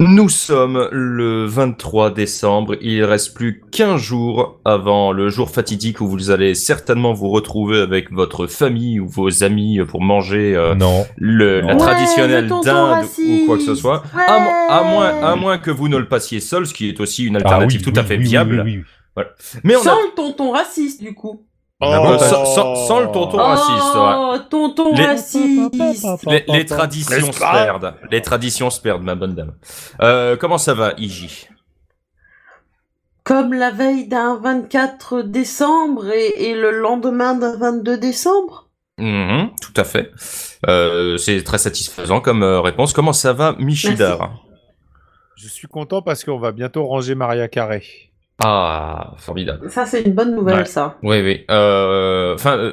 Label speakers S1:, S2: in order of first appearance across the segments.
S1: Nous sommes le 23 décembre, il reste plus qu'un jour avant le jour fatidique où vous allez certainement vous retrouver avec votre famille ou vos amis pour manger euh,
S2: Non.
S1: le, la
S3: Ouais,
S1: traditionnelle
S3: le tonton
S1: dinde ou
S3: raciste.
S1: quoi que ce soit.
S3: Ouais.
S1: À, mo- à moins, à moins que vous ne le passiez seul, ce qui est aussi
S2: Ah
S1: une alternative tout à fait viable. Mais on a...
S3: Sans le tonton raciste, du coup.
S1: Euh, sans, sans-
S4: Oh.
S1: sans le tonton raciste, ouais.
S3: oh, tonton
S1: Les-
S3: raciste.
S1: Les, les traditions se perdent. Les traditions se perdent, ma bonne dame. Euh, comment ça va, Iji
S3: Comme la veille d'un 24 décembre et, et le lendemain d'un 22 décembre.
S1: Mhm, Tout à fait. Euh, C'est très satisfaisant comme euh, réponse. Comment ça va, Michidar
S4: Je suis content parce qu'on va bientôt ranger Maria Carré.
S1: Ah, formidable.
S3: Ça, c'est une bonne nouvelle,
S1: Ouais.
S3: ça.
S1: Oui, oui. Euh, Enfin, euh,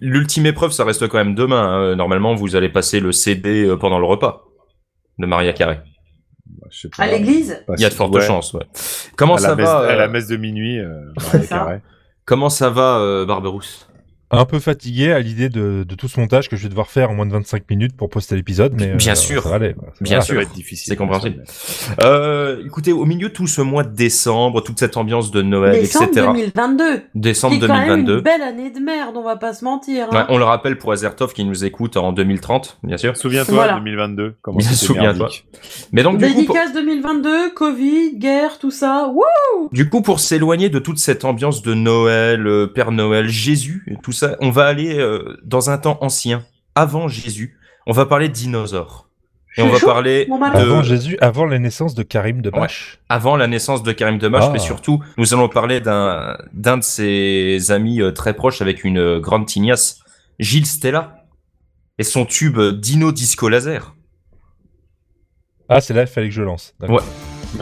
S1: l'ultime épreuve, ça reste quand même demain. hein. Normalement, vous allez passer le CD euh, pendant le repas de Maria Carré.
S4: Bah,
S3: À l'église
S1: Il y a de fortes
S4: Ah, Ouais.
S1: chances. Ouais. Comment
S4: à la
S1: ça
S4: messe,
S1: va
S4: à
S1: euh,
S4: la messe de minuit, euh, Maria
S3: ça.
S4: Carré.
S1: Comment ça va, euh, Barberousse
S2: Un peu fatigué à l'idée de, de tout ce montage que je vais devoir faire en moins de 25 minutes pour poster l'épisode, mais euh,
S1: Bien sûr.
S2: ça va aller, voilà, ça
S1: Bien
S2: va.
S4: Ça
S1: sûr.
S4: va être difficile.
S1: C'est compréhensible. Euh, écoutez, au milieu de tout ce mois de décembre, toute cette ambiance de Noël,
S3: Décembre
S1: etc.
S3: 2022.
S1: Décembre
S3: qui est quand même
S1: 2022.
S3: une belle année de merde, on va pas se mentir.
S1: Ouais,
S3: hein.
S1: on le rappelle pour Azertov qui nous écoute en 2030, bien sûr.
S4: Souviens-toi,
S3: Voilà.
S4: 2022, comment
S1: Bien,
S4: c'était
S1: souviens-toi.
S4: merdique.
S1: Mais donc, du coup, pour,
S3: Dédicace 2022, Covid, guerre, tout ça. Wouh
S1: du coup, pour s'éloigner de toute cette ambiance de Noël, euh, Père Noël, Jésus, et tout ça, on va aller euh, dans un temps ancien, avant Jésus. On va parler de dinosaures. Et on
S3: Je
S1: va
S3: chauffe
S1: parler
S3: mon malin.
S2: Avant
S1: de,
S2: Jésus, avant la naissance de Karim de Bache.
S1: avant la naissance de Karim Demarche,
S2: Ah.
S1: mais surtout, nous allons parler d'un d'un de ses amis euh, très proches avec une euh, grande tignasse, Gilles Stella, et son tube euh, Dino Disco Laser.
S2: Ah, c'est là, il fallait que je lance. D'accord.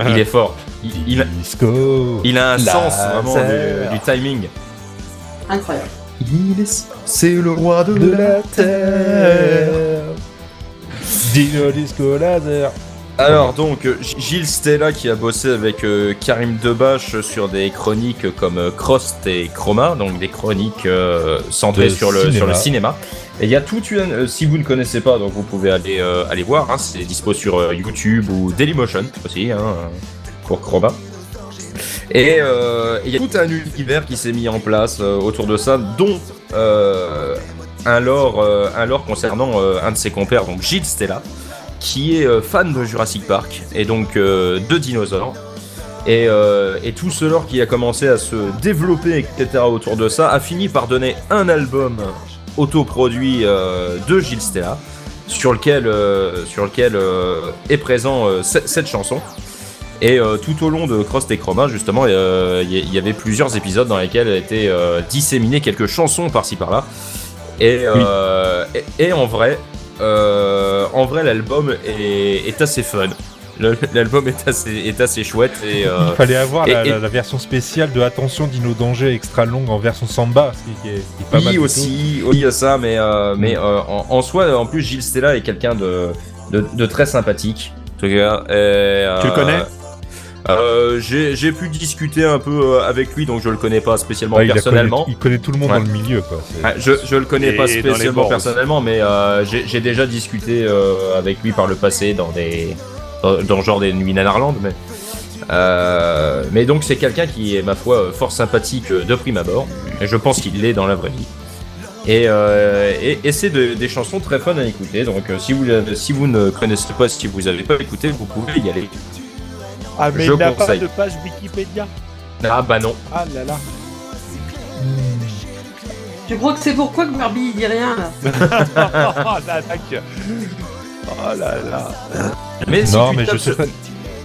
S1: Il est fort. Il, il,
S2: Disco.
S1: il a un
S2: Laser.
S1: sens vraiment du, du timing.
S3: Incroyable.
S1: Il est, c'est le roi
S2: de la terre. Dino Disco Laser.
S1: Alors donc, euh, G- Gilles Stella qui a bossé avec euh, Karim Debache sur des chroniques comme euh, Crost et Chroma, donc des chroniques euh, centrées
S2: De
S1: sur le,
S2: cinéma.
S1: sur le cinéma. Et il y a tout une... euh, si vous ne connaissez pas, donc vous pouvez aller, euh, aller voir, hein, c'est dispo sur euh, YouTube ou Dailymotion aussi, hein, euh, pour Chroma. Et euh, il y a tout un univers qui s'est mis en place euh, autour de ça, dont euh, un, lore, euh, un lore concernant euh, un de ses compères, donc Gilles Stella qui est euh, fan de Jurassic Park et donc euh, de dinosaures. Et, euh, et tout ce lore qui a commencé à se développer, etc., autour de ça, a fini par donner un album autoproduit euh, de Gilles Stella, sur lequel, euh, sur lequel euh, est présent euh, ce- cette chanson. Et euh, tout au long de Cross et Chroma, justement, euh, il y, il y avait plusieurs épisodes dans lesquels étaient euh, disséminées quelques chansons par-ci par-là. Et, euh, et, et en vrai, euh, en vrai, l'album est, est assez fun. Le- L'album est assez, est assez chouette et euh,
S2: Il fallait avoir
S1: et-
S2: la,
S1: et-
S2: la- la version spéciale de Attention Dino Danger extra longue en version samba, ce qui, qui est, qui est pas mal.
S1: oui
S2: du
S1: aussi, oui ça, mais euh, mais euh, en, en soi, en plus Gilles Stella est quelqu'un de, de de très sympathique. en tout cas, et, euh,
S4: Tu le connais
S1: euh, J'ai j'ai pu discuter un peu euh, avec lui, donc je le connais pas spécialement
S2: tout. Ouais, Bah, il la connaît-
S1: personnellement.
S2: il connaît tout le monde
S1: Ouais.
S2: dans le milieu. Quoi. C'est-
S1: Ouais, Ah, je, je le connais
S4: Et
S1: pas
S4: dans les
S1: spécialement
S4: bords
S1: personnellement, mais euh, j'ai j'ai déjà discuté euh, avec lui par le passé dans des dans, dans genre des nuits nanarland, mais euh, mais donc c'est quelqu'un qui est ma foi euh, fort sympathique euh, de prime abord, et je pense qu'il l'est dans la vraie vie. Et, euh, et, et c'est de- des chansons très fun à écouter, donc euh, si vous si vous ne connaissez pas, si vous avez pas écouté, vous pouvez y aller.
S4: Ah, mais
S1: Je
S4: il n'a pas
S1: conseille.
S4: de page Wikipédia.
S1: Ah bah non.
S4: Ah là là.
S3: Je crois que c'est pourquoi que Barbie il dit rien là.
S1: Ah.
S4: Oh, l'attaque. Oh là là.
S1: Mais si
S2: Non,
S1: tu
S2: mais
S1: tapes
S2: je sais
S1: sur-
S2: pas.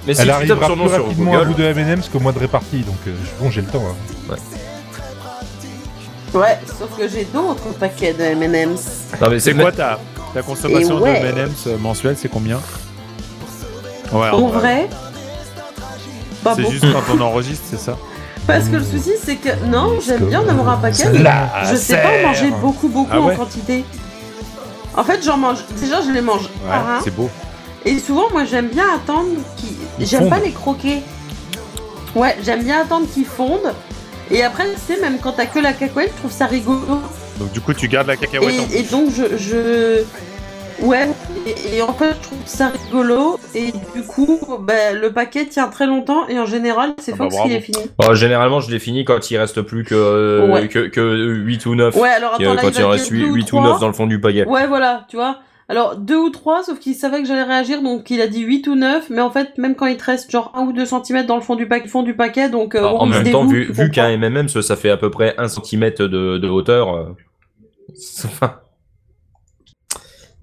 S1: mais si
S2: Elle
S1: tu tapes
S2: arrivera
S1: son
S2: plus
S1: nom sur
S2: rapidement à
S1: Google,
S2: bout de M&M, M&M's qu'au mois de répartie, donc euh, je- bon, j'ai le temps. hein.
S3: Ouais, sauf que j'ai d'autres paquets de M&M's.
S1: non mais
S4: C'est
S1: c'est
S4: quoi ta, ta consommation
S3: Et ouais.
S4: de M&M's euh, mensuelle, c'est combien Ah, Ouais,
S3: En vrai, pas
S4: c'est
S3: beaucoup.
S4: juste quand on enregistre, c'est ça
S3: Parce que le souci c'est que non, j'aime bien en avoir un paquet. mais
S2: Là,
S3: je sais pas en manger beaucoup beaucoup
S4: Ah ouais.
S3: en quantité. En fait, j'en mange. Déjà, je les mange
S4: Ouais,
S3: par un.
S4: c'est beau.
S3: Et souvent, moi, j'aime bien attendre qu'ils.
S2: Ils
S3: J'aime pas
S2: fondent.
S3: les croquer. Ouais, j'aime bien attendre qu'ils fondent. Et après, tu sais, même quand t'as que la cacahuète, je trouve ça rigolo.
S4: Donc du coup, tu gardes la cacahuète en
S3: Et, et donc, je, je. Ouais, et, et en fait, je trouve ça rigolo. Et du coup, ben, le paquet tient très longtemps. Et en général, c'est
S4: Ah bah,
S3: Fox
S4: bravo.
S3: qui est fini.
S1: Bon, généralement, je les finis quand il reste plus que, euh,
S3: Ouais.
S1: que, que 8 ou 9.
S3: Ouais, alors attends, là,
S1: euh, quand
S3: il
S1: il
S3: va
S1: reste
S3: y avoir
S1: 8, ou
S3: deux trois.
S1: 9 dans le fond du paquet.
S3: Ouais, voilà, tu vois. Alors, deux ou trois, sauf qu'il savait que j'allais réagir, donc il a dit 8 ou 9, mais en fait, même quand il te reste genre 1 ou 2 cm dans le fond du, paquet, fond du paquet, donc... euh,
S1: Ah, en
S3: on se
S1: même temps,
S3: dévoue,
S1: vu,
S3: tu
S1: vu
S3: comprends.
S1: qu'un MMM, ça ça fait à peu près 1 cm de, de hauteur. euh, c'est- Enfin.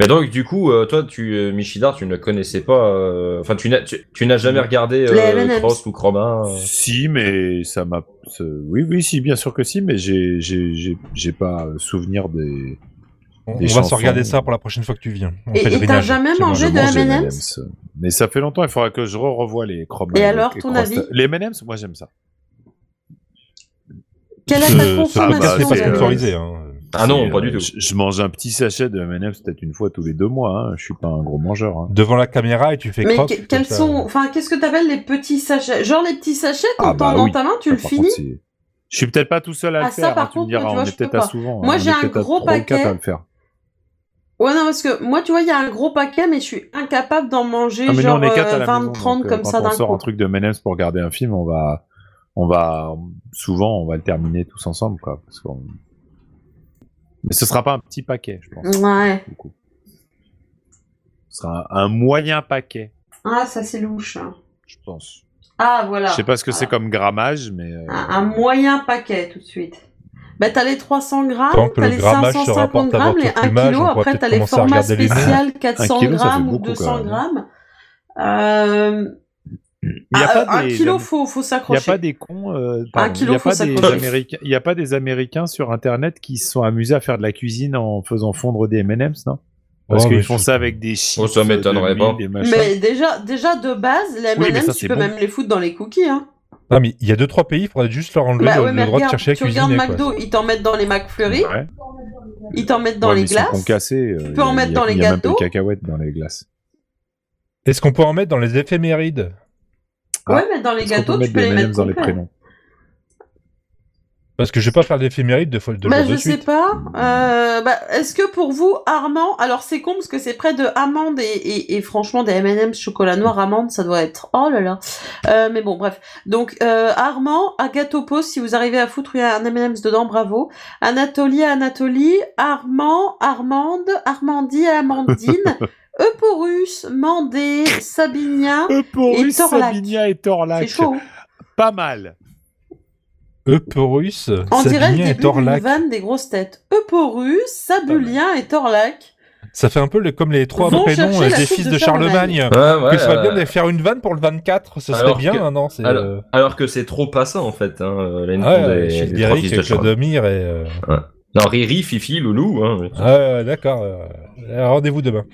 S1: Mais donc, du coup, euh, toi, tu, euh, Michidar, tu ne connaissais pas. euh, Enfin, tu n'as tu, tu n'as jamais regardé
S3: Les
S1: euh,
S3: M&M's.
S1: Cross ou Chroma. euh.
S4: Si, mais ça m'a. ça- Oui, oui, si, bien sûr que si, mais j'ai, j'ai, j'ai, j'ai pas euh, souvenir des.
S2: On,
S4: Des
S2: on va se
S4: chansons.
S2: regarder ça pour la prochaine fois que tu viens. On
S3: Et-
S2: fait le
S3: et t'as
S2: rinage.
S3: jamais
S2: C'est bon,
S3: mangé
S2: je
S3: de
S2: mange.
S4: mange les
S3: M&M's?
S4: M&M's. Mais ça fait longtemps, il faudra que je re- revoie les Chroma.
S3: Et alors, ton
S4: Crosta-
S3: avis
S4: Les M&M's, moi j'aime ça.
S3: Quelle est
S2: Ce-
S3: ta
S2: ce
S3: consommation euh,
S2: podcast n'est bah, pas
S4: c'est-
S3: Daniel
S2: sponsorisé. hein.
S1: Ah non,
S4: C'est,
S1: pas
S4: euh,
S1: du tout.
S4: Je, je mange un petit sachet de M&M's peut-être une fois tous les deux mois. Hein. Je suis pas un gros mangeur. Hein.
S2: Devant la caméra et tu fais
S3: Mais
S2: croque.
S3: que-
S2: comme
S3: quels
S2: ça.
S3: sont... Enfin, qu'est-ce que t'appelles les petits sachets Genre les petits sachets,
S4: Ah
S3: t'entends
S4: bah
S3: dans
S4: oui.
S3: ta main, tu le
S4: Par
S3: finis
S4: contre, c'est- je suis peut-être pas tout seul à
S3: Ah,
S4: le
S3: ça,
S4: faire. hein,
S3: par
S4: tu me
S3: contre,
S4: diras,
S3: tu vois,
S4: on
S3: je
S4: est
S3: peux
S4: peut-être
S3: pas.
S4: à souvent.
S3: Moi,
S4: hein, on
S3: j'ai
S4: est
S3: un
S4: peut-être à
S3: gros
S4: trois ou quatre
S3: paquet.
S4: à le faire.
S3: Ouais, non, parce que moi, tu vois, il y a un gros paquet, mais je suis incapable d'en manger
S4: Ah, mais nous,
S3: genre
S4: on est quatre à
S3: euh,
S4: la
S3: 20,
S4: maison,
S3: 30
S4: donc, euh,
S3: comme ça
S4: Quand
S3: d'un
S4: on sort
S3: coup.
S4: un truc de M&M's pour regarder un film, on va, on va souvent, on va le terminer tous ensemble, quoi. Parce qu'on- Mais ce sera pas un petit paquet, je pense.
S3: Ouais.
S4: du coup. Ce sera un, un moyen paquet,
S3: Ah, ça, c'est louche. hein.
S4: je pense.
S3: Ah, voilà.
S4: Je sais pas ce que c'est
S3: Voilà.
S4: comme grammage, mais euh,
S3: un, un moyen paquet tout de suite. Bah, t'as les 300
S2: Tant
S3: grammes,
S2: que
S3: t'as
S2: le
S3: les
S2: grammage se
S3: 550
S2: rapporte à
S3: grammes,
S2: votre
S3: les 1
S2: plumage,
S3: kg,
S2: on pourra
S3: après
S2: peut-être
S3: t'as les
S2: commencer à
S3: formats
S2: regarder les noms.
S3: spécial 400
S4: kilo, ça fait
S3: grammes ou
S4: beaucoup, quand
S3: 200
S4: même.
S3: grammes. Euh,
S4: il y a
S3: ah,
S4: pas
S3: euh,
S4: des-
S3: un kilo, faut, faut
S4: Il n'y a
S3: s'accrocher.
S4: pas des cons. euh, pardon,
S3: kilo,
S4: il y a
S3: faut
S4: pas des
S3: s'accrocher.
S4: Américains. Il n'y a pas des Américains sur Internet qui se sont amusés à faire de la cuisine en faisant fondre des M&M's, non Parce
S2: Oh, mais
S4: qu'ils font
S2: je-
S4: ça avec des chips. euh,
S1: Oh, ça m'étonnerait
S4: de
S1: pas.
S4: l'huile, des machins.
S3: Mais déjà, déjà de base, les
S4: Oui, mais
S3: M&M's,
S4: ça,
S3: tu
S4: c'est
S3: peux
S4: bon.
S3: même les foutre dans les cookies. Hein.
S2: Non, mais il y a deux, trois pays, il faudrait juste leur enlever
S3: Bah
S2: le,
S3: ouais,
S2: le
S3: mais
S2: droit
S3: regarde,
S2: de chercher à
S3: tu regardes
S2: cuisiner. quoi.
S3: McDo, ils t'en mettent dans les McFlurry,
S4: Ouais.
S3: ils t'en mettent dans
S4: Ouais,
S3: les
S4: mais ils sont
S3: glaces.
S4: concassés, euh,
S3: peux en
S4: il y a-
S3: mettre dans les
S4: Il y a même pas de
S3: gâteaux.
S4: cacahuètes dans les glaces.
S2: Est-ce qu'on peut en mettre dans les éphémérides
S3: Ouais, mais dans les
S4: Est-ce hein. qu'on
S3: gâteaux,
S4: peut
S3: tu peux
S4: des
S3: les
S4: M&M's
S3: mettre
S4: dans les
S3: complets.
S4: prénoms.
S2: Parce que je vais pas faire l'éphéméride de, fois- de
S3: Bah,
S2: jour
S3: je
S2: de
S3: sais
S2: suite.
S3: pas. Euh, bah, Est-ce que pour vous, Armand, alors c'est con parce que c'est près de amande et, et, et franchement des M&M's chocolat noir amande, ça doit être oh là là. Euh, mais bon, bref. Donc euh, Armand, Agatopos, si vous arrivez à foutre un M&M's dedans, bravo. Anatolie, Anatolie, Armand, Armande, Armandie, Amandine, Euporus, Mandé, Sabinien. Et
S4: Euporus,
S3: Torlac.
S4: Sabinia et
S3: C'est
S4: Torlac.
S3: chaud. hein.
S4: Pas mal.
S2: Euporus,
S3: On dirait le
S2: Sabinien et
S3: début d'une
S2: Torlac.
S3: vanne des grosses têtes. Euporus, Sabulien et Torlac.
S2: Ça fait un peu le- comme les trois
S3: Vont
S2: prénoms
S3: chercher
S2: euh,
S3: la
S2: des
S3: soupe
S2: fils
S3: de
S2: de Charlemagne.
S1: Ouais, ouais,
S2: Que ce serait
S1: euh,
S2: bien de les faire une vanne pour le 24, ce serait
S1: Alors
S2: bien,
S1: que-
S2: hein, non c'est, euh,
S1: Alors que c'est trop passant, en fait. Hein, euh, la
S2: Ouais,
S1: Nintendo
S2: Ah ouais,
S1: des-
S2: chez
S1: des trois fils
S2: Derrick,
S1: de Charles.
S2: Clodomir et... euh,
S1: Non, Riri, Fifi, Loulou. Hein, mais-
S2: Ah, d'accord. euh, Rendez-vous demain.